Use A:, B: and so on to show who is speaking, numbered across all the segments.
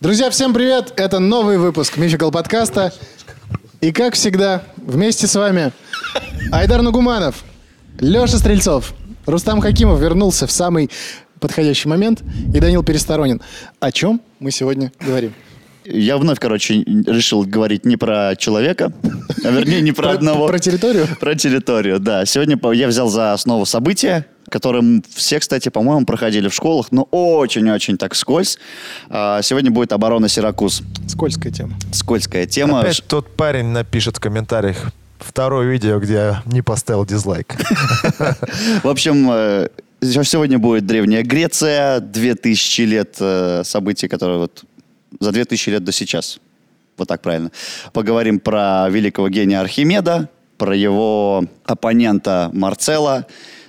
A: Друзья, всем привет! Это новый выпуск Мификал подкаста. И как всегда, вместе с вами Айдар Нугуманов, Леша Стрельцов, Рустам Хакимов вернулся в самый подходящий момент и Данил Пересторонин. О чем мы сегодня говорим?
B: Я вновь, короче, решил говорить не про человека, а вернее, не про
A: Про-
B: одного.
A: про территорию?
B: Про территорию, да. Сегодня по- я взял за основу события, которым все, кстати, по-моему, проходили в школах, но очень-очень так скользь. А, Сегодня будет оборона Сиракуз.
A: Скользкая тема.
B: Скользкая тема. Ш-
C: Опять тот парень напишет в комментариях второе видео, где я не поставил дизлайк.
B: В общем, э, се- сегодня будет Древняя Греция, 2000 лет э, событий, которые вот за 2000 лет до сейчас. Вот так правильно. Поговорим про великого гения Архимеда, про его оппонента Марцела.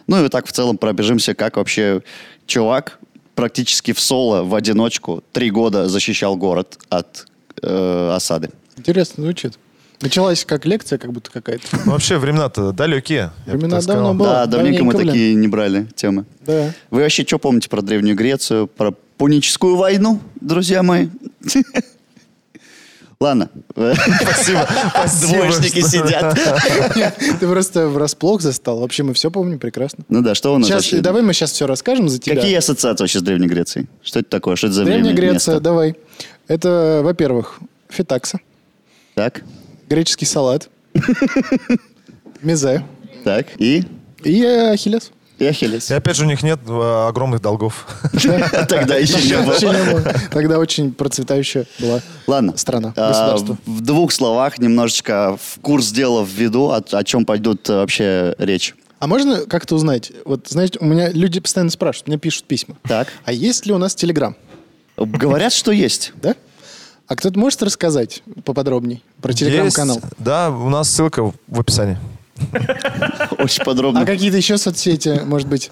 B: Ну и вот так в целом пробежимся, как вообще чувак практически в соло, в одиночку, три года защищал город от э, осады.
A: Интересно звучит. Началась как лекция, как будто какая-то.
C: Ну, Вообще времена-то далекие. я бы
A: Времена
C: так сказал.
A: давно было.
B: да, давненько мы
A: давненько, блин.
B: такие не брали темы.
A: Да.
B: Вы вообще что помните про Древнюю Грецию, про Пуническую войну, друзья мои? Ладно. Спасибо. Двоечники
C: что-
B: сидят.
A: Ты просто врасплох застал. Вообще мы все помним прекрасно.
B: Ну да, что у нас
A: Сейчас,
B: вообще?
A: давай мы сейчас все расскажем за тебя.
B: Какие ассоциации вообще с Древней Грецией? Что это такое? Что это за
A: Древняя
B: время
A: Греция,
B: место?
A: давай. Это, во-первых, фитакса,
B: Так,
A: греческий салат, мезе
B: так. И?
A: и э, ахиллес.
B: И Ахиллес.
C: И опять же у них нет э, огромных долгов.
B: Тогда еще не
A: Вообще
B: было.
A: не было. Тогда очень процветающая была
B: Ладно.
A: страна,
B: А,
A: государство.
B: В двух словах немножечко в курс дела введу, о, о чем пойдет э, вообще речь.
A: А можно как-то узнать? Вот, знаете, у меня люди постоянно спрашивают, мне пишут письма.
B: Так.
A: А есть ли у нас Телеграм?
B: Говорят, что есть.
A: Да? А кто-то может рассказать поподробней про Телеграм-канал?
C: Есть- Да, у нас ссылка в- в описании.
B: Очень подробно.
A: А какие-то еще соцсети, может быть?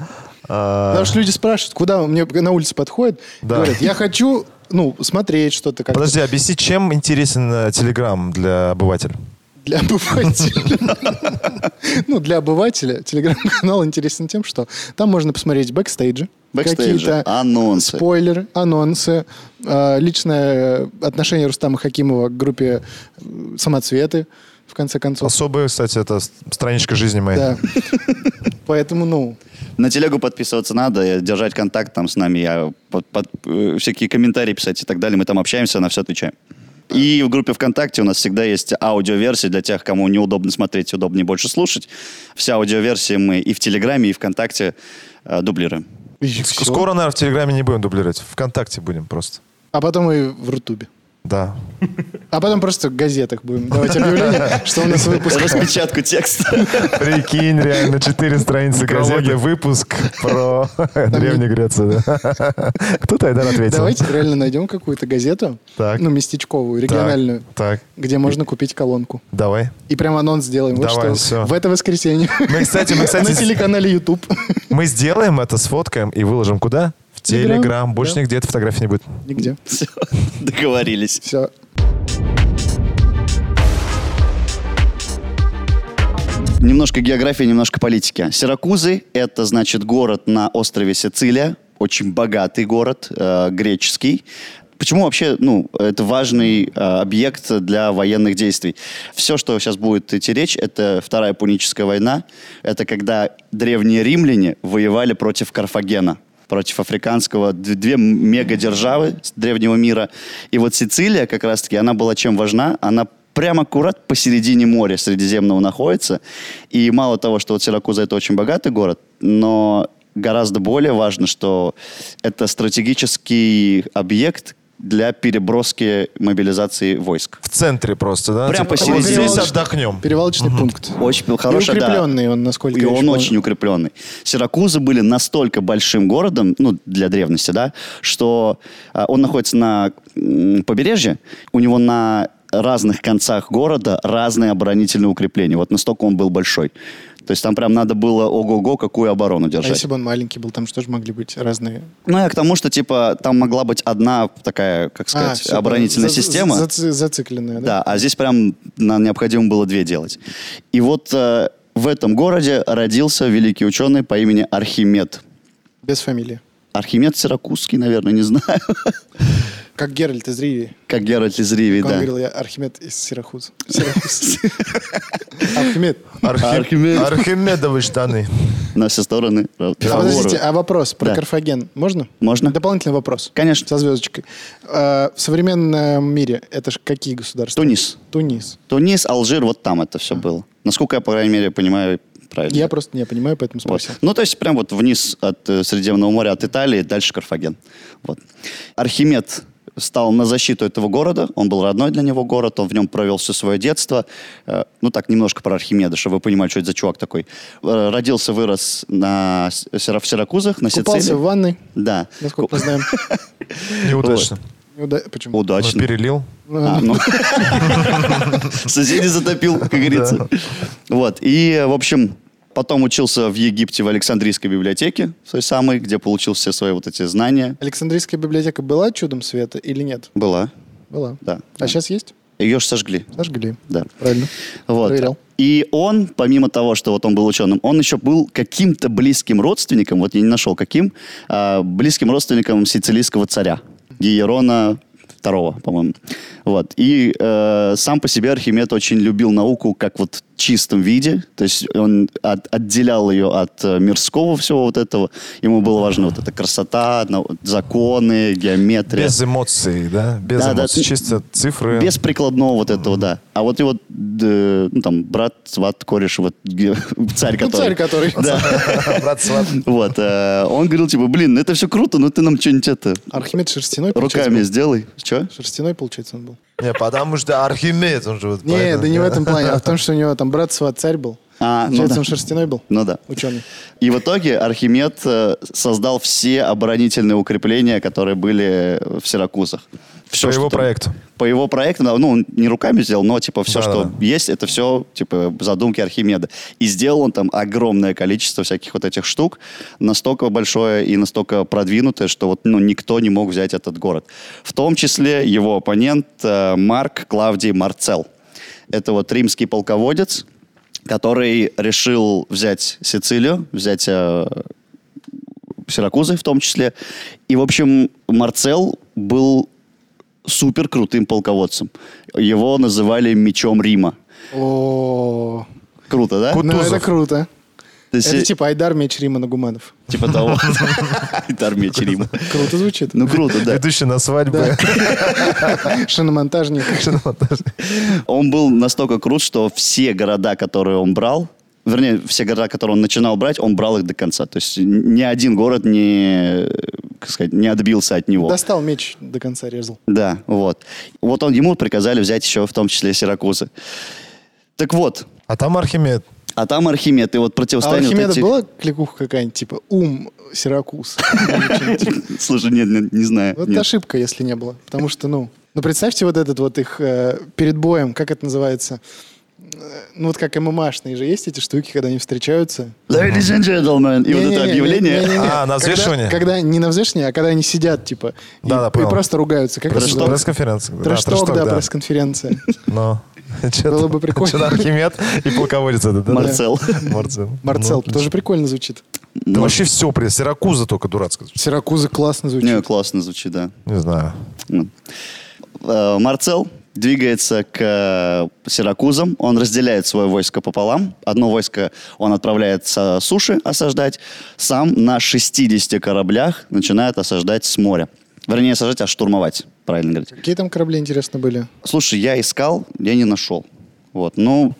C: А,
A: Потому что люди спрашивают, куда мне на улице подходят,
C: Да.
A: говорят, я хочу, ну, смотреть что-то как
C: Подожди, объясни, чем интересен э, Телеграм для обывателя?
A: для обывателя. Ну, для обывателя телеграм-канал интересен тем, что там можно посмотреть бэкстейджи,
B: Бэкстейджи,
C: а,
B: анонсы.
A: спойлеры, анонсы, э, личное отношение Рустама Хакимова к группе э, «Самоцветы», в конце концов.
C: Особая, кстати, это с- страничка жизни моей.
A: Да. Поэтому, ну,
B: На телегу подписываться надо, э, держать контакт там с нами, я под- под- э, всякие комментарии писать и так далее. Мы там общаемся, на все отвечаем. И в группе ВКонтакте у нас всегда есть аудиоверсия для тех, кому неудобно смотреть, удобнее больше слушать. Все аудиоверсии мы и в Телеграме, и ВКонтакте э, дублируем.
A: и
C: Ск-
A: всё.
C: Скоро, наверное, в Телеграме не будем дублировать. Вконтакте будем просто.
A: А потом и в Рутубе.
C: Да.
A: А потом просто в газетах будем давать объявление, что у нас выпуск.
B: Распечатку текста.
C: Прикинь, реально, четыре страницы газеты, выпуск про Древнюю Грецию. да. Кто-то Айдар ответил.
A: Давайте реально найдем какую-то газету,
C: Так.
A: ну, местечковую,
C: Так,
A: региональную,
C: Так,
A: где можно купить колонку.
C: давай.
A: И прям анонс сделаем. Вот что
C: Давай, всё.
A: в это воскресенье.
C: Мы, кстати, мы, кстати,
A: на телеканале YouTube.
C: Мы сделаем это, сфоткаем и выложим куда? В
A: Телеграм,
C: Телеграм. Больше
A: да.
C: нигде этой фотографии не будет.
A: Нигде.
B: Все, договорились.
A: Все.
B: Немножко географии, немножко политики. Сиракузы – это, значит, город на острове Сицилия, очень богатый город, э, греческий. Почему вообще, ну, это важный э, объект для военных действий? Все, что сейчас будет идти речь, это Вторая Пуническая война. Это когда древние римляне воевали против Карфагена против африканского, д- две мега-державы с древнего мира. И вот Сицилия как раз-таки, она была чем важна? Она прямо аккурат посередине моря Средиземного находится. И мало того, что вот Сиракуза это очень богатый город, но гораздо более важно, что это стратегический объект для переброски мобилизации войск.
C: В центре просто, да?
B: Прям
C: Типа,
B: посередине.
C: вот здесь
A: Перевалочный-
C: отдохнем.
A: Перевалочный пункт.
B: Очень
A: И
B: хороший, да.
A: укрепленный он, насколько
B: И
A: я
B: он
A: помню.
B: очень укрепленный. Сиракузы были настолько большим городом, ну, для древности, да, что а, он находится на м, побережье, у него на разных концах города разные оборонительные укрепления. Вот настолько он был большой. То есть там прям надо было ого-го, какую оборону
A: А
B: держать.
A: если бы он маленький был, там что же могли быть разные...
B: Ну, я к тому, что, типа, там могла быть одна такая, как
A: А,
B: сказать,
A: всё,
B: оборонительная
A: за- за-
B: система.
A: за- Зацикленная, да?
B: Да, а здесь прям на- необходимо было две делать. И вот э, в этом городе родился великий ученый по имени Архимед.
A: Без фамилии.
B: Архимед Сиракузский, наверное, не знаю.
A: Как Геральт из Ривии.
B: Как Геральт из Ривии,
A: Как Он
B: да.
A: говорил, я Архимед из Сирахуз. Сирахуз. Архимед.
C: Архи-
B: Архимед.
C: Архимедовы штаны.
B: На все стороны.
A: А подождите,
B: Фаворы.
A: а вопрос про
B: Да.
A: Карфаген можно?
B: Можно.
A: Дополнительный вопрос.
B: Конечно.
A: Со звездочкой. Э, В современном мире это же какие государства?
B: Тунис.
A: Тунис.
B: Тунис, Алжир, вот там это все было. Насколько я, по крайней мере, понимаю правильно.
A: А. Я просто не понимаю, поэтому
B: Вот.
A: спросил.
B: Ну, то есть прям вот вниз от э, Средиземного моря, от Италии, дальше Карфаген. Вот. Архимед стал на защиту этого города, он был родной для него город, он в нем провел все свое детство. Э, Ну, так немножко про Архимеда, чтобы вы понимали, что это за чувак такой. Э, Родился, вырос на С- Сира- в Сиракузах, на
A: Купался
B: Сицилии.
A: в ванной,
B: Да.
A: насколько мы знаем.
C: Неудачно.
A: Неуда- Почему?
C: Он
B: Удачно.
C: перелил.
B: А, ну. Соседи затопил, как говорится. Вот. И, э, в общем, потом учился в Египте в Александрийской библиотеке, той самой, где получил все свои вот эти знания.
A: Александрийская библиотека была чудом света или нет?
B: Была,
A: Была.
B: да.
A: А сейчас есть?
B: Ее ж сожгли,
A: Сожгли.
B: да.
A: Правильно.
B: Вот.
A: Проверял.
B: И он, помимо того, что вот он был ученым, он еще был каким-то близким родственником, вот я не нашел каким, а, близким родственником сицилийского царя Гиерона II, по-моему. Вот. И э, сам по себе Архимед очень любил науку как вот в чистом виде, то есть он от- отделял ее от э, мирского всего вот этого. Ему было важно вот эта красота, нау- законы, геометрия.
C: Без эмоций, да? Без
B: Да, да,
C: эмоций.
B: ты-
C: Чисто цифры.
B: Без прикладного вот этого, да. А вот его, д- ну, там, брат, сват, кореш, вот ге- царь,
A: Ну,
B: который...
A: царь, который.
B: Да.
C: Брат Слав.
B: Вот. э, Он говорил, типа, блин, это все круто, но ты нам что-нибудь это...
A: Архимед шерстяной, получается,
B: Руками
A: был?
B: сделай. Че?
A: Шерстяной, получается, он был.
C: Не, потому что Архимед, он же вот
A: Не,
C: поэтому-
A: да не в этом плане, а в том, что у него там брат сват царь был.
B: А, ну
A: Получается,
B: да.
A: он шерстяной был?
B: Ну да.
A: Ученый.
B: И в итоге Архимед э, создал все оборонительные укрепления, которые были в Сиракузах. Все,
C: По его проекту.
B: По его проекту, да, ну, он не руками сделал, но, типа, все,
C: Да,
B: что
C: да,
B: есть, это все, типа, задумки Архимеда. И сделал он там огромное количество всяких вот этих штук, настолько большое и настолько продвинутое, что вот, ну, никто не мог взять этот город. В том числе его оппонент э, Марк Клавдий Марцел. Это вот римский полководец, который решил взять Сицилию, взять э, Сиракузы в том числе. И, в общем, Марцел был супер крутым полководцем. Его называли мечом Рима.
A: О,
B: Круто, да?
C: Кут-
A: ну
C: Кутузов.
A: это круто.
B: То есть,
A: Это
B: э,
A: типа Айдар меч Рима Нагуманов.
B: типа того. Дар меч Рима.
A: Круто звучит.
B: Ну, круто, да.
C: Ведущий на свадьбе.
A: Шиномонтажник.
B: Он был настолько крут, что все города, которые он брал, вернее, все города, которые он начинал брать, он брал их до конца. То есть ни один город не, как сказать, не отбился от него.
A: Достал меч, до конца резал.
B: Да, вот. Вот он, ему приказали взять еще в том числе Сиракузы. Так вот,
C: А там Архимед.
B: а там Архимед, и вот
A: А у
B: противостояние... вот
A: Архимеда
B: этих-
A: была кликуха какая-нибудь, типа ум Сиракуз?
B: Слушай, нет, нет, не знаю.
A: Вот
B: нет.
A: ошибка, если не было. Потому что, ну, ну представьте вот этот вот их э, перед боем, как это называется? Э, Ну, вот как ММАшные же есть эти штуки, когда они встречаются.
B: Ladies and gentlemen, и вот это
A: Не-не-не,
B: объявление...
A: не-не-не.
C: А,
A: Когда-
C: на взвешивание?
A: Когда, не на взвешивание, а когда они сидят, типа, и,
C: Да-да, понял.
A: и просто ругаются. Как это
B: Трэш-ток.
A: называется?
C: Пресс-конференция. Да,
A: Трэш-ток,
C: трэш-ток,
A: да,
C: да.
A: пресс-конференция.
C: Но. Чё
A: Было
C: там-
A: бы прикольно.
C: чё там Архимед и полководец этот. да?
B: Марцел.
C: Марцел.
A: Марцел,
C: Ну,
A: тоже прикольно звучит.
C: Да вообще все, при Сиракуза только дурацко.
A: Сиракуза классно
B: Не,
A: звучит.
B: классно звучит, да.
C: Не знаю.
B: Ну. Э, Марцел двигается к э, Сиракузам. Он разделяет свое войско пополам. Одно войско он отправляет с э, суши осаждать. Сам на 60 кораблях начинает осаждать с моря. Вернее, не осаждать, а штурмовать, правильно говорить.
A: Какие там корабли, интересно, были?
B: Слушай, я искал, я не нашел. Вот, ну,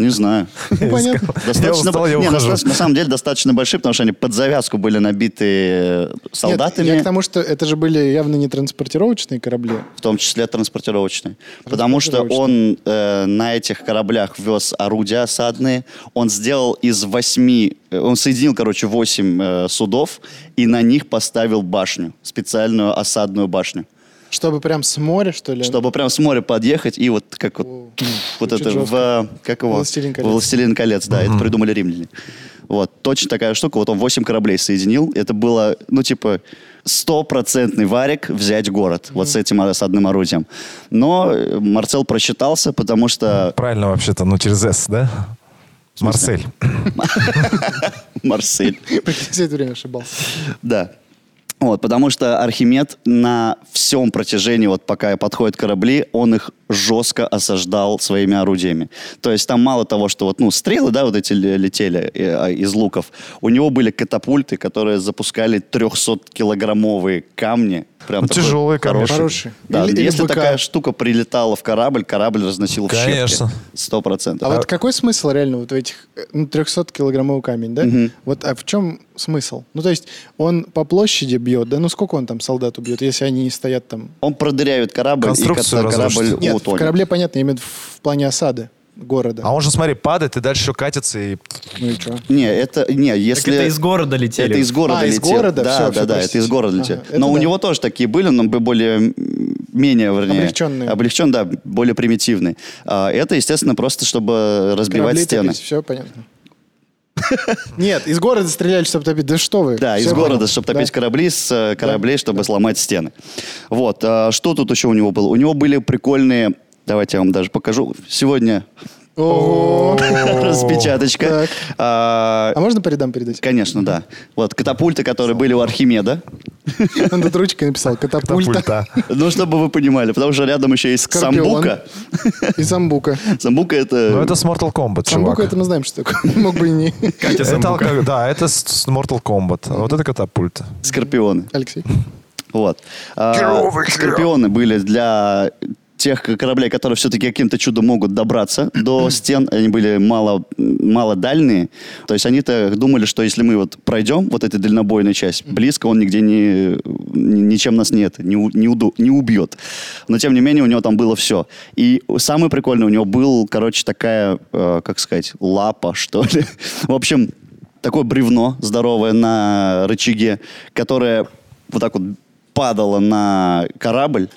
B: не знаю.
A: Ну, понятно.
C: Я устал, я
B: Не, на-
C: ухожу.
B: на, самом деле достаточно большие, потому что они под завязку были набиты э,
A: Нет,
B: солдатами,
A: я к тому, что это же были явно не транспортировочные корабли.
B: в том числе транспортировочные. Потому что он э, на этих кораблях вез орудия осадные. Он сделал из восьми, э, он соединил, короче, восемь э, судов и на них поставил башню, специальную осадную башню.
A: Чтобы прям с моря, что ли?
B: Чтобы прям с моря подъехать и вот как вот,
A: Воу.
B: вот
A: Звучит
B: это в...
A: жестко.
B: э, Как его?
A: «Властелин колец».
B: В «Властелин колец», да, это придумали римляне. Вот, точно такая штука. Вот он 8 кораблей соединил. Это было, ну, типа, стопроцентный варик взять город вот с этим осадным орудием. Но э, Марцел просчитался, потому что
C: Правильно вообще-то, ну через С, да? Марсель.
B: Марсель...
A: Все это время ошибался.
B: Да. Вот, потому что Архимед на всем протяжении, вот пока подходят корабли, он их жестко осаждал своими орудиями. То есть там мало того, что вот, ну, стрелы, да, вот эти ле- летели э, из луков, у него были катапульты, которые запускали 300-килограммовые камни. Прям
C: Ну,
B: такой
C: тяжелые камни.
B: хороший.
A: Хорошие.
B: Да,
A: Или- или
B: если
A: быка.
B: такая штука прилетала в корабль, корабль разносил в щепки.
D: Конечно.
B: Сто процентов.
A: А вот какой смысл реально вот в этих 300-килограммовый камень, да? Вот а в чем смысл? Ну, то есть он по площади бьет, да? Ну, сколько он там солдат убьет, если они стоят там?
B: Он продырявит корабль, и
D: Конструкцию
B: когда корабль
D: разрушит.
A: Нет, в
B: утонет.
A: корабле, понятно, я имею в виду в плане осады города.
D: А он же, смотри, падает и дальше еще катится и...
A: Ну и что?
B: Не, это не,
E: Так
B: если
E: это из города летели.
B: Это из города
A: А, из
B: летел.
A: города?
B: Да,
A: Всё,
B: да,
A: всё,
B: да, это
A: простите.
B: из города летел.
A: Ага, это
B: но у
A: да.
B: него тоже такие были, но более м, менее, вернее.
A: Облегчённые.
B: Облегчен, да, более примитивный. А, это, естественно, просто чтобы разбивать стены.
A: все понятно. Нет, из города стреляли, чтобы топить. Да что вы?
B: Да,
A: всё
B: из города,
A: понятно.
B: чтобы топить
A: Да.
B: корабли, с э, кораблей, чтобы сломать стены. Вот. а, что тут еще у него было? У него были прикольные... Давайте я вам даже покажу. Сегодня
A: Ого.
B: распечаточка.
A: Так.
B: А,
A: А можно по рядам передать?
B: Конечно, да. Вот катапульты, которые были у Архимеда.
A: Он тут ручкой написал. Катапульта.
C: Катапульта.
B: Ну, чтобы вы понимали, потому что рядом еще есть
A: Скорпион.
B: самбука.
A: И самбука.
B: Самбука это...
C: Ну, это с Mortal Kombat, чувак.
A: Самбука это мы знаем, что такое. Мог бы и не.
E: Катя
C: Это
E: Самбука.
C: алко- Да, это с- с Mortal Kombat. А Вот это катапульта.
B: Скорпионы.
A: Алексей.
B: Вот. А, скорпионы были для тех кораблей, которые все-таки каким-то чудом могут добраться до стен. Они были мало, мало дальние. То есть они-то думали, что если мы вот пройдем вот эту дальнобойную часть, близко он нигде не, ни- ничем нас нет, не, у- не, уду- не убьет. Но тем не менее у него там было все. И самое прикольное, у него был, короче, такая, э, как сказать, лапа, что ли. В общем, такое бревно здоровое на рычаге, которое вот так вот падало на корабль,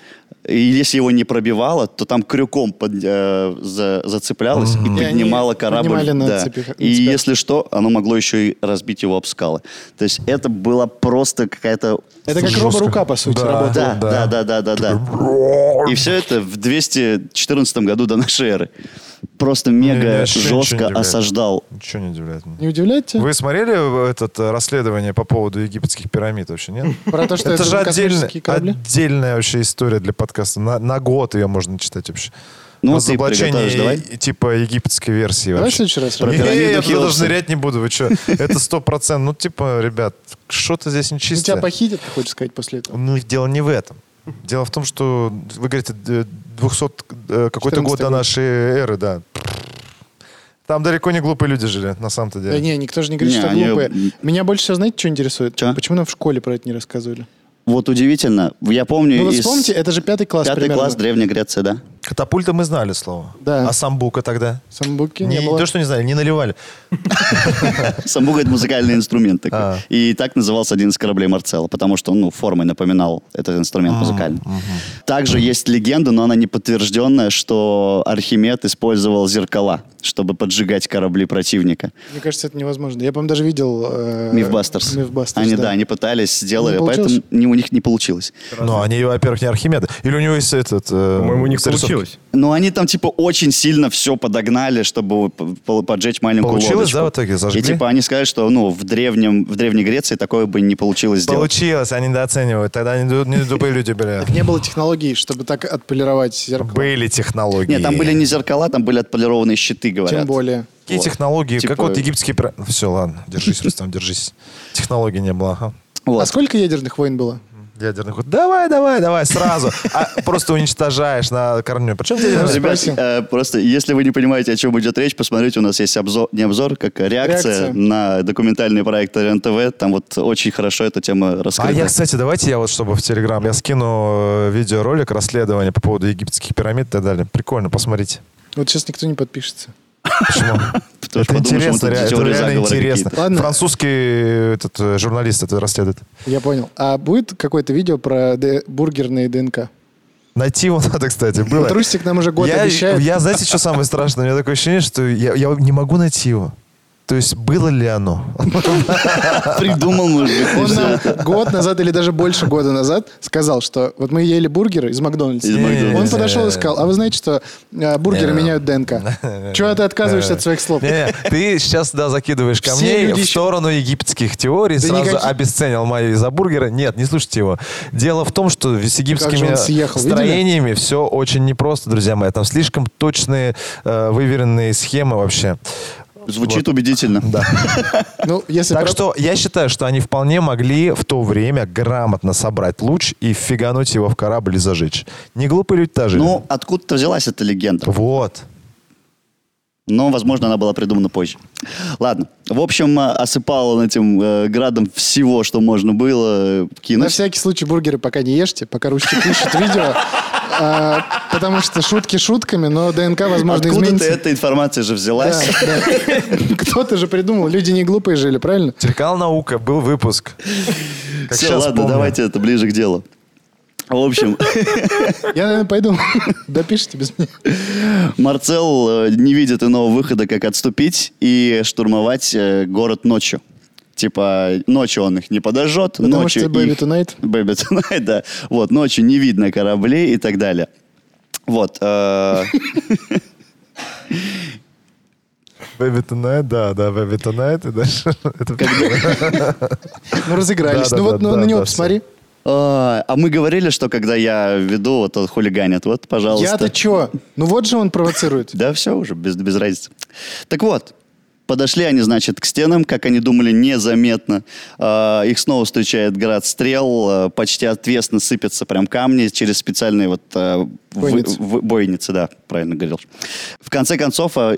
B: и если его не пробивало, то там крюком под, э, за- зацеплялось и,
A: И они
B: поднимало корабль.
A: поднимали на
B: да.
A: цепи- на
B: и
A: цепях.
B: если что, оно могло еще и разбить его об скалы. То есть это была просто какая-то...
A: Это как
C: Жестко.
A: роборука, по сути,
C: Да.
A: работает.
B: Да, да,
C: да.
B: да, да, да, да. И все это в 214 году до нашей эры. Просто
C: меня
B: мега
C: вообще ничего не
B: жестко
C: удивляет.
B: осаждал
C: Ничего не удивляет меня.
A: Не удивляет тебя?
C: Вы смотрели э, этот э, расследование по поводу египетских пирамид вообще, нет?
A: Про то, что это,
C: же отдельная,
A: космические корабли? Ну,
C: отдельная вообще история для подкаста. На, на год ее можно читать вообще.
B: Ну, ты
C: Разоблачение
B: приготовишь, давай.
C: и- типа египетской версии
A: Давай в
C: вообще.
A: следующий раз.
B: Про
A: Ром.
C: Не,
B: пирамиду
C: я туда даже
B: Хеопса.
C: нырять не буду, вы что? Это сто процентов. Ну, типа, ребят, что-то здесь
A: Ну, Тебя
C: нечисто.
A: похитят, ты хочешь сказать, после этого?
C: Ну, дело не в этом. Дело в том, что вы говорите э, 200 э, какой-то год
A: 14-й
C: до
A: год.
C: нашей эры, да. Там далеко не глупые люди жили, на самом-то
A: Да
C: деле.
A: не, никто же не говорит,
B: Не,
A: что
B: они-
A: глупые. Меня больше всего, знаете, что интересует?
B: Чё?
A: Почему нам в школе про это не рассказывали?
B: Вот удивительно. Я помню
A: Ну вот
B: из-
A: вспомните, это же пятый класс
B: Пятый
A: примерно.
B: класс Древняя Греция, да?
C: Катапульта мы знали слово.
A: Да.
C: А самбука тогда?
A: Самбуки не,
C: Не-
A: было.
C: то, что не знали, не наливали.
B: Самбуга — это музыкальный инструмент такой.
C: А.
B: И так назывался один из кораблей Марцелла, потому что он ну, формой напоминал этот инструмент музыкальный. Также есть легенда, но она не подтвержденная, что Архимед использовал зеркала, чтобы поджигать корабли противника.
A: Мне кажется, это невозможно. Я, по-моему, даже видел... э,
B: Мифбастерс.
A: Мифбастерс,
B: Они,
A: да.
B: да, они пытались, сделали,
A: Не получилось?
B: поэтому не, у них не получилось.
C: Но они, во-первых, не Архимеды. Или у него есть этот... э,
D: По-моему, у них
E: Получилось.
B: Но они там, типа, очень сильно все подогнали, чтобы п- п- поджечь маленькую
C: Получилось,
B: лодочку.
C: да, в итоге? Зажгли?
B: И, типа, они сказали, что, ну, в, древнем, в Древней Греции такое бы не получилось сделать.
C: Получилось, они недооценивают. Тогда они ду- не тупые люди были.
A: Не было технологий, чтобы так отполировать зеркало.
C: Были технологии.
B: Нет, там были не зеркала, там были отполированные щиты, говорят.
A: Тем более.
C: Какие
B: Вот.
C: технологии?
B: Типа-
C: Как вот египетские... Все, ладно, держись, Рустам, держись. Технологий не было, ага.
B: Вот.
A: А сколько ядерных войн было?
C: Ядерных. вот, Давай, давай, давай, сразу. А просто уничтожаешь на корню. Причем
A: Ну,
C: ядерные?
B: Ребят,
A: спросил.
B: э, просто, если вы не понимаете, о чем идет речь, посмотрите, у нас есть обзор, не обзор, как а, реакция,
A: Реакция.
B: на документальный проект РНТВ. Там вот очень хорошо эта тема раскрыта.
C: А я, кстати, давайте я вот, чтобы в Телеграм, я скину э, видеоролик расследования по поводу египетских пирамид и так далее. Прикольно, посмотрите.
A: Вот сейчас никто не подпишется.
C: Почему?
B: Потому что
C: это
B: подумаешь,
C: интересно,
B: вот эти
C: ре- это
B: теории
C: реально
B: заговора
C: интересно.
B: какие-то.
A: Ладно.
C: Французский э, этот э, журналист это расследует.
A: Я понял. А будет какое-то видео про д- бургерные ДНК?
C: Найти его надо, кстати, было.
A: Вот Рустик Ну, нам уже год
C: я,
A: обещает.
C: я, знаете, что самое страшное? У меня такое ощущение, что я, я не могу найти его. То есть было ли оно?
B: Придумал, может быть, э, не
A: Он
B: всё.
A: нам год назад или даже больше года назад сказал, что вот мы ели бургеры из Макдональдса.
B: Из Макдональдса.
A: Он подошел и сказал, а вы знаете, что э, бургеры
C: Не-не.
A: меняют ДНК? Чего ты отказываешься от своих слов?
C: Э, Не-не, ты сейчас, да, закидываешь
A: Все
C: камней
A: люди
C: в
A: ещё-
C: сторону египетских теорий,
A: Да
C: сразу
A: никакие-
C: обесценил мою из-за бургера. Нет, не слушайте его. Дело в том, что с египетскими
A: он съехал, видели?
C: строениями все очень непросто, друзья мои. Там слишком точные, э, выверенные схемы вообще.
B: Звучит убедительно.
A: Ну, если
C: Так
A: про-
C: что я считаю, что они вполне могли в то время грамотно собрать луч и фигануть его в корабль и зажечь. Не глупые люди та жили.
B: Ну, откуда-то взялась эта легенда.
C: вот.
B: Но, возможно, она была придумана позже. Ладно. В общем, э, осыпал он этим э, градом всего, что можно было э,
A: на
B: кинуть.
A: всякий случай бургеры пока не ешьте, пока ручки пишут видео. А, Потому что шутки шутками, но ДНК, возможно,
B: Откуда-то
A: изменится.
B: эта информация же
A: Да,
B: взялась.
A: да. Кто-то же придумал, люди не глупые жили, правильно?
C: Телеканал «Наука» был выпуск. Как
B: Все,
C: щас
B: ладно,
C: помню.
B: давайте это ближе к делу. В общем,
A: Я, наверное, пойду. Допишите без меня.
B: Марцел э, не видит иного выхода, как отступить и штурмовать э, город ночью. Типа, ночью он их не подожжет.
A: Потому
B: ночью
A: что Baby
B: Ну, их-
A: Tonight?
B: Baby Tonight, да. Вот, ночью не видно кораблей и так далее. Вот. э,
C: Baby Tonight, да, да, Baby Tonight, и дальше это
A: Ну, разыгрались.
C: Да, да,
A: Ну,
C: да,
A: вот ну,
C: да,
A: на него
C: да,
A: посмотри.
B: А а мы говорили, что когда я веду, вот он хулиганит. Вот, пожалуйста.
A: Я-то чё? Ну, вот же он провоцирует.
B: Да, все уже, без, без разницы. Так вот, подошли они, значит, к стенам, как они думали, незаметно. А, их снова встречает град стрел, а, почти ответственно сыпятся прям камни через специальные вот... а, вы-
A: Бойницы.
B: вы- бойницы, да, правильно говорил. В конце концов, а,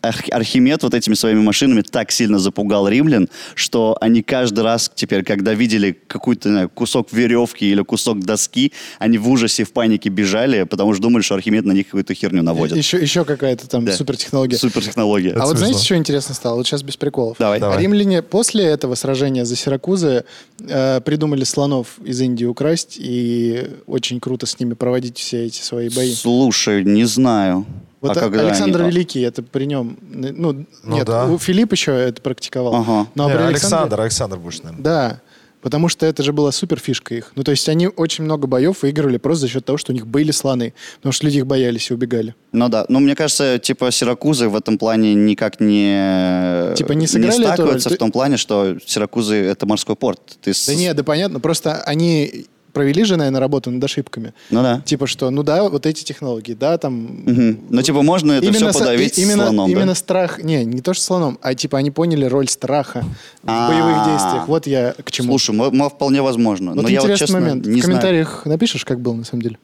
B: Арх- Архимед вот этими своими машинами так сильно запугал римлян, что они каждый раз теперь, когда видели какой-то не знаю, кусок веревки или кусок доски, они в ужасе, в панике бежали, потому что думали, что Архимед на них какую-то херню наводит.
A: Еще, еще какая-то там
B: Да.
A: супертехнология.
B: Супертехнология.
A: А вот
C: смешно.
A: знаете, что интересно стало? Вот сейчас без приколов. А
B: Давай. Давай.
A: Римляне после этого сражения за Сиракузы э, придумали слонов из Индии украсть и очень круто с ними проводить все эти свои бои.
B: Слушай, не знаю.
A: Вот
B: А
A: а-
B: когда
A: Александр
B: они-
A: Великий, это при нем. Ну,
C: Ну
A: нет,
C: да.
A: у Филипп еще это практиковал.
B: Ага.
A: Но ну,
C: Не,
A: а при Александре-
C: Александр, Александр будешь, наверное.
A: Да, потому что это же была супер фишка их. Ну, то есть они очень много боев выигрывали просто за счет того, что у них были слоны. Потому что люди их боялись и убегали.
B: Ну да, ну мне кажется, типа Сиракузы в этом плане никак не
A: Типа, не сыграли эту роль?
B: сталкиваются в
A: Ты-
B: том плане, что Сиракузы это морской порт. Ты с-
A: Да не, да понятно, просто они провели же, наверное, работу над ошибками.
B: Ну да.
A: Типа что, ну да, вот эти технологии, да, там...
B: Мгм. Ну типа можно это все
A: со-
B: подавить
A: и- именно,
B: с слоном,
A: именно
B: да?
A: страх, не, не то что слоном, а типа они поняли роль страха в
B: А.
A: боевых действиях. Вот я к чему.
B: Слушай, мо- мо- вполне возможно.
A: вот
B: Но я
A: интересный
B: вот честно
A: момент.
B: не
A: в
B: знаю.
A: комментариях напишешь, как был на самом деле?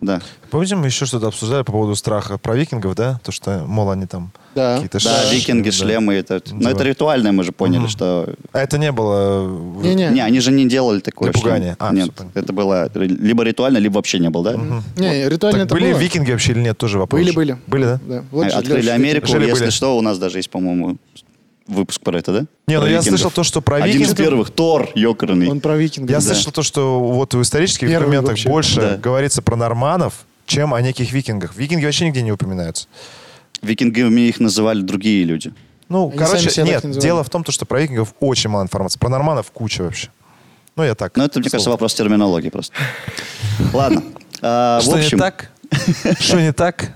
B: Да.
C: Помните, мы еще что-то обсуждали по поводу страха про викингов, да? То, что, мол, они там
A: Да.
C: какие-то
B: Да,
C: шлемы,
B: викинги,
C: да.
B: шлемы. Это... Но это
C: Давай.
B: ритуальное, мы же поняли, что...
C: А это не было... э, в-
A: Не-не.
B: Не, они же не делали такое.
C: Для
B: что-
C: пугания. А,
B: Нет,
C: всё понятно.
B: это было ри- либо ритуально, либо вообще не было, да?
A: Не, ритуально
C: Так
A: это
C: были
A: было.
C: викинги вообще или нет, тоже вопрос.
A: Были, были.
C: Были, да?
A: Да. Вот же,
B: А, Открыли
A: Лёш,
B: Америку,
C: Жили-были.
B: если что, у нас даже есть, по-моему, выпуск про это, да?
C: Не, ну
B: Про
C: я
B: викингов.
C: слышал то, что про
B: Один из
C: викингов-
B: первых, Тор, ёкарный.
A: Он про викингов.
C: Я
A: да.
C: слышал то, что вот в исторических
A: Первый
C: документах
A: вообще.
C: больше
B: Да.
C: говорится про норманов, чем о неких викингах. Викинги вообще нигде не упоминаются.
B: Викингами их называли другие люди.
C: Ну,
A: Они сами
C: короче,
A: себя так
C: нет,
A: не называли.
C: дело в том, то, что про викингов очень мало информации. Про норманов куча вообще. Ну, я так.
B: Но это, мне кажется,
C: слово.
B: вопрос терминологии просто. Ладно. А, В
C: Что не
B: общем,
C: так? Что не так?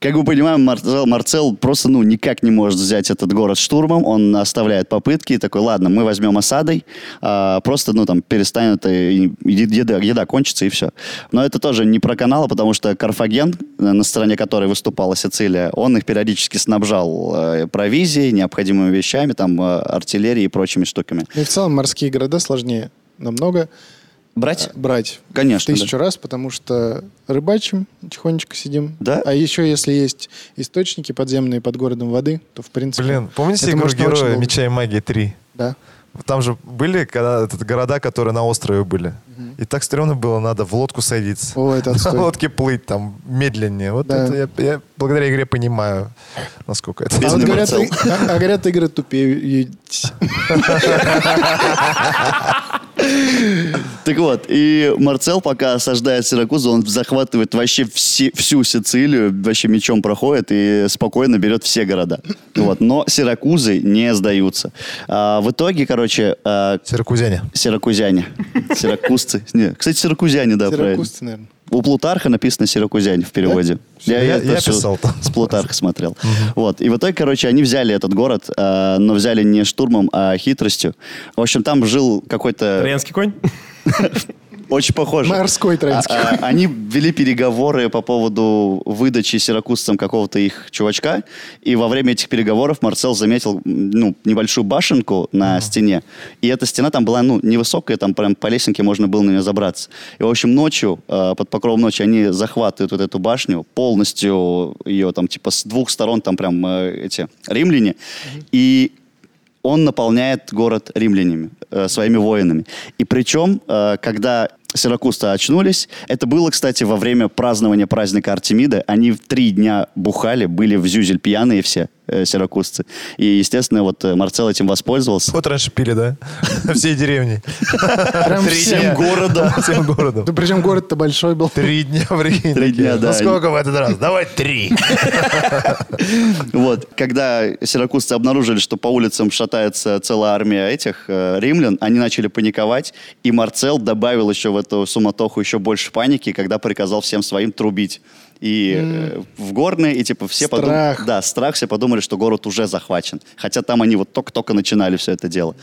B: как мы понимаем, Марцел, Марцел просто ну, никак не может взять этот город штурмом. Он оставляет попытки и такой, ладно, мы возьмем осадой. а, просто, ну, там, перестанет, и- и еда, еда кончится, и все. Но это тоже не про канал, потому что Карфаген, э, на стороне которой выступала Сицилия, он их периодически снабжал э, провизией, необходимыми вещами, там, э, артиллерией и прочими штуками.
A: Ну и в целом морские города сложнее намного
B: Брать?
A: э, брать.
B: Конечно,
A: В Тысячу раз, потому что рыбачим, тихонечко сидим.
B: Да?
A: А еще если есть источники подземные под городом воды, то в принципе...
C: Блин, помните
A: это
C: игру
A: можно очень
C: Героя
A: долго.
C: Меча и Магии 3?
A: Да.
C: Там же были когда, этот, города, которые на острове были. И так стрёмно было, надо в лодку садиться.
A: О, это
C: на
A: отстой.
C: лодке плыть там медленнее. Вот
A: Да.
C: это я, я благодаря игре понимаю, насколько это.
A: А,
B: Без
A: вот
B: Марсел.
A: говорят, и- а- а говорят, игры тупее.
B: Так вот, и Марцел, пока осаждает Сиракузу, он захватывает вообще все- всю Сицилию, вообще мечом проходит и спокойно берет все города. Вот. Но Сиракузы не сдаются. А, в итоге, короче, а,
C: Сиракузяне.
B: сиракузяне, сиракузцы. Не, кстати, сиракузяне, да, правильно.
A: Сиракузцы, наверное.
B: У Плутарха написано «Сиракузяне» в переводе.
C: Я-
B: это
C: я
B: всё
C: писал там.
B: С Плутарха смотрел. Вот. И в итоге, короче, они взяли этот город, а, но взяли не штурмом, а хитростью. В общем, там жил какой-то...
E: Троянский конь?
B: Очень похоже.
A: Морской троянский.
B: А, а, Они вели переговоры по поводу выдачи сиракузцам какого-то их чувачка, и во время этих переговоров Марсел заметил м, ну, небольшую башенку на стене, и эта стена там была ну, невысокая, там прям по лесенке можно было на нее забраться. И, в общем, ночью, э, под покровом ночи, они захватывают вот эту башню, полностью ее там типа с двух сторон там прям э, эти римляне, и он наполняет город римлянами, э, своими воинами. И причем, э, когда сиракусты очнулись, это было, кстати, во время празднования праздника Артемида. Они в три дня бухали, были в зюзель пьяные все э, сиракузцы. И, естественно, вот э, Марцел этим воспользовался.
C: Вот раньше пили, да? Всей деревни.
A: Прям
C: Три
A: всем
C: дня.
B: городом.
C: Всем городом.
A: Да причем город-то большой был.
C: Три дня в Риге.
B: Три дня,
C: Ну
B: да.
C: сколько в этот раз? Давай три.
B: Вот, когда сиракузцы обнаружили, что по улицам шатается целая армия этих э, римлян, они начали паниковать, и Марцел добавил еще в эту суматоху еще больше паники, когда приказал всем своим трубить. И э, в горные, и типа все подумали...
A: Страх.
B: Да, страх, все подумали, что город уже захвачен. Хотя там они вот только-только начинали все это дело.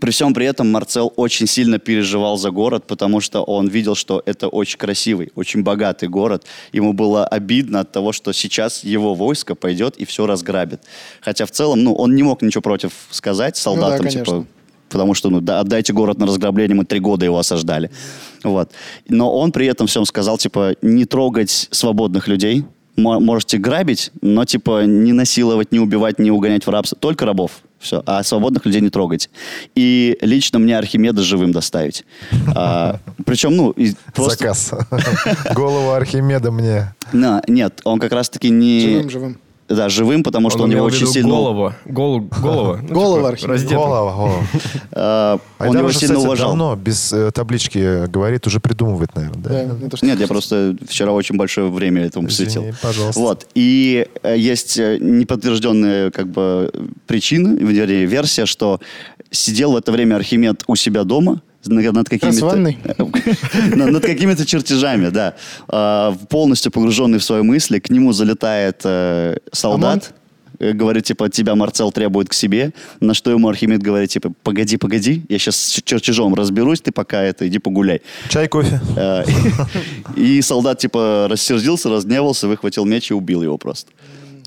B: При всем при этом Марцел очень сильно переживал за город, потому что он видел, что это очень красивый, очень богатый город. Ему было обидно от того, что сейчас его войско пойдет и все разграбит. Хотя в целом, ну, он не мог ничего против сказать солдатам, типа,
A: конечно.
B: Потому что, ну, да, отдайте город на разграбление, мы три года его осаждали. Вот. Но он при этом всем сказал, типа, не трогать свободных людей, Мо- можете грабить, но, типа, не насиловать, не убивать, не угонять в рабство, только рабов. Все. А свободных людей не трогать. И лично мне Архимеда живым доставить. А, причем, ну, и просто...
C: Заказ. Голову Архимеда мне.
B: На, нет, он как раз-таки не...
A: Живым, живым.
B: Да, живым, потому что он,
E: имел
B: его
E: в
B: очень
E: виду
B: сильно...
E: Голову. Голу, голову. Ну,
A: Голову
E: типа,
A: Архимеда.
E: раздетую.
C: Голова, голова.
B: а, он
C: Айдар
B: его
C: уже,
B: сильно
C: кстати,
B: уважал.
C: давно без э, таблички э, говорит, уже придумывает,
A: Да,
C: наверное, да?
A: не то, что-
B: Нет, я просто вчера очень большое время этому
C: Извини,
B: посвятил.
C: пожалуйста.
B: Вот. И э, есть э, неподтвержденная как бы причина, вернее, версия, что сидел в это время Архимед у себя дома на- над
A: Раз в
B: какими-то
A: ванной.
B: над над какими-то чертежами, да. А, Полностью погруженный в свои мысли, к нему залетает э, солдат. э, Говорит, типа, тебя Марцел требует к себе, на что ему Архимед говорит, типа, погоди, погоди, я сейчас с чертежом разберусь, ты пока это, иди погуляй.
C: Чай, кофе.
B: Э, И солдат, типа, рассердился, разневался, выхватил меч и убил его просто.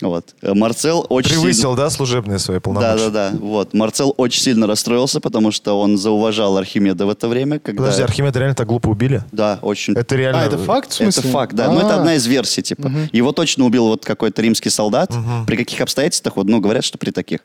B: Вот. Э, Марцел очень
C: Превысил, да, служебные свои
B: Да, да,
C: полномочия?
B: да. Вот. Марцел очень сильно расстроился, потому что он зауважал Архимеда в это время. Когда...
C: Подожди, Архимеда реально так глупо убили?
B: Да, очень.
C: Это реально...
A: А, это факт, в
B: Это
A: смысле?
B: факт, да. Но это
A: А,
B: одна из версий, типа. Его точно убил вот какой-то римский солдат. При каких обстоятельствах? Вот, ну, говорят, что при таких.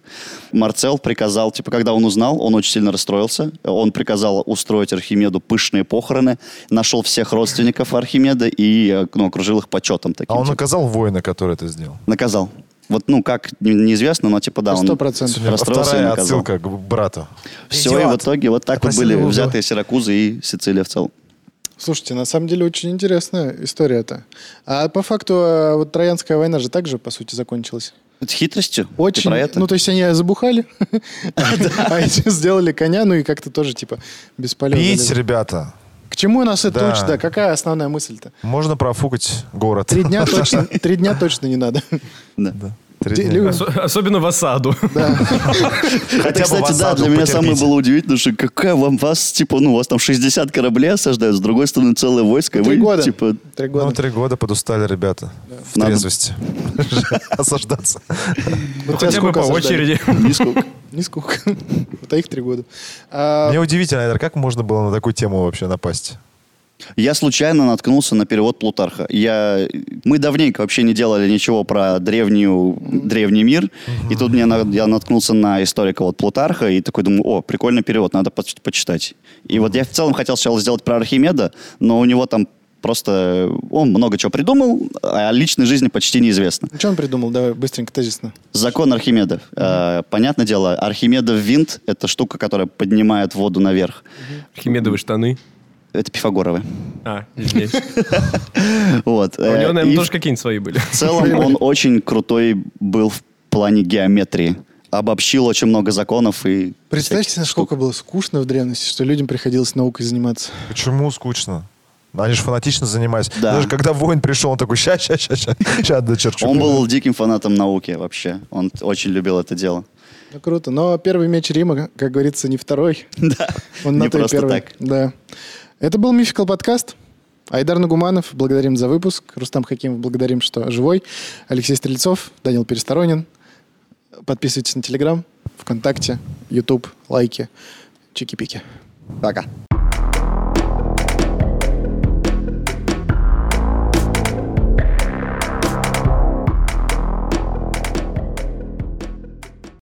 B: Марцел приказал, типа, когда он узнал, он очень сильно расстроился. Он приказал устроить Архимеду пышные похороны. Нашел всех родственников Архимеда и э, ну, окружил их почетом таким.
C: А он
B: типа.
C: наказал воина, который это сделал?
B: Наказал. Вот, ну, как, не- неизвестно, но, типа, да, он
A: Сто процентов.
B: расстроился и
C: Вторая
B: наказал.
C: отсылка к брату.
B: Все, и в
C: Идиот.
B: итоге вот так вот
C: Относили
B: были
C: его в-
B: взяты Сиракузы и Сицилия в целом.
A: Слушайте, на самом деле очень интересная история-то. А по факту, а, вот Троянская война же также, по сути, закончилась.
B: С Хитростью? Ты
A: Очень.
B: про это?
A: Ну, то есть они забухали, а эти сделали коня, ну и как-то тоже, типа,
C: Пить,
A: бесполезно.
C: ребята.
A: К чему нас это
C: Да.
A: учит? Да, какая основная мысль-то?
C: Можно профукать город.
A: Три дня точно, три дня точно не надо.
B: да.
C: Три
A: Ди-
C: дня.
A: лю-
E: Осо- Особенно в осаду.
B: Это,
C: Хотя бы
B: кстати,
C: в
B: да,
C: осаду
B: для меня
C: потерпите.
B: самое было удивительно, что какая вам вас, типа, ну, у вас там 60 кораблей осаждают, с другой стороны целое войско, и
A: Три
B: вы,
A: года.
B: типа,
A: Три
C: Ну,
A: года.
C: три года подустали ребята. В
B: Надо-
C: трезвости. Осаждаться.
A: Вот тебя
E: Хотя бы
A: сколько
E: по
A: осаждали?
E: очереди.
B: нисколько.
A: Не сколько. Вот а их три года. А,
C: Мне удивительно, Айдар, как можно было на такую тему вообще напасть?
B: Я случайно наткнулся на перевод Плутарха. Я... Мы давненько вообще не делали ничего про древнюю... древний мир. И тут мне на- я наткнулся на историка вот Плутарха и такой думаю, о, прикольный перевод, надо по- почитать. И вот я в целом хотел сначала сделать про Архимеда, но у него там просто он много чего придумал, а о личной жизни почти неизвестно.
A: Что он придумал? Давай быстренько, тезисно.
B: Закон Архимеда. Э, понятное дело, Архимедов винт — это штука, которая поднимает воду наверх.
E: Архимедовые штаны.
B: Это Пифагоровы.
E: А, здесь.
B: Вот.
E: А У
B: э,
E: него,
B: и
E: наверное,
B: в
E: тоже какие-нибудь свои были.
B: В целом он очень крутой был в плане геометрии. Обобщил очень много законов и...
A: Представьте,
B: всяких
A: насколько
B: штук.
A: было скучно в древности, что людям приходилось наукой заниматься.
C: Почему скучно? Они же фанатично занимались.
B: Да.
C: Даже когда воин пришел, он такой, ща, ща, ща, ща, ща дочерчу.
B: Он был диким фанатом науки вообще. Он т- очень любил это дело.
A: Ну, круто. Но первый меч Рима, как говорится, не второй.
B: Да,
A: Он
B: не
A: на той
B: просто
A: первой.
B: так.
A: Да. Это был Мификал подкаст. Айдар Нагуманов, благодарим за выпуск. Рустам Хакимов, благодарим, что живой. Алексей Стрельцов, Данил Пересторонин. Подписывайтесь на Телеграм, ВКонтакте, Ютуб, лайки, чики-пики.
B: Пока.